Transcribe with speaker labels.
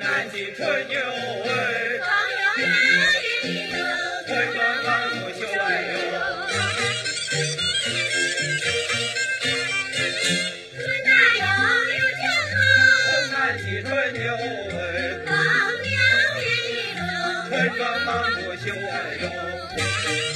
Speaker 1: 南京春牛儿，春春望不休哟。南京春牛儿，春春望不休哟。
Speaker 2: Thank you.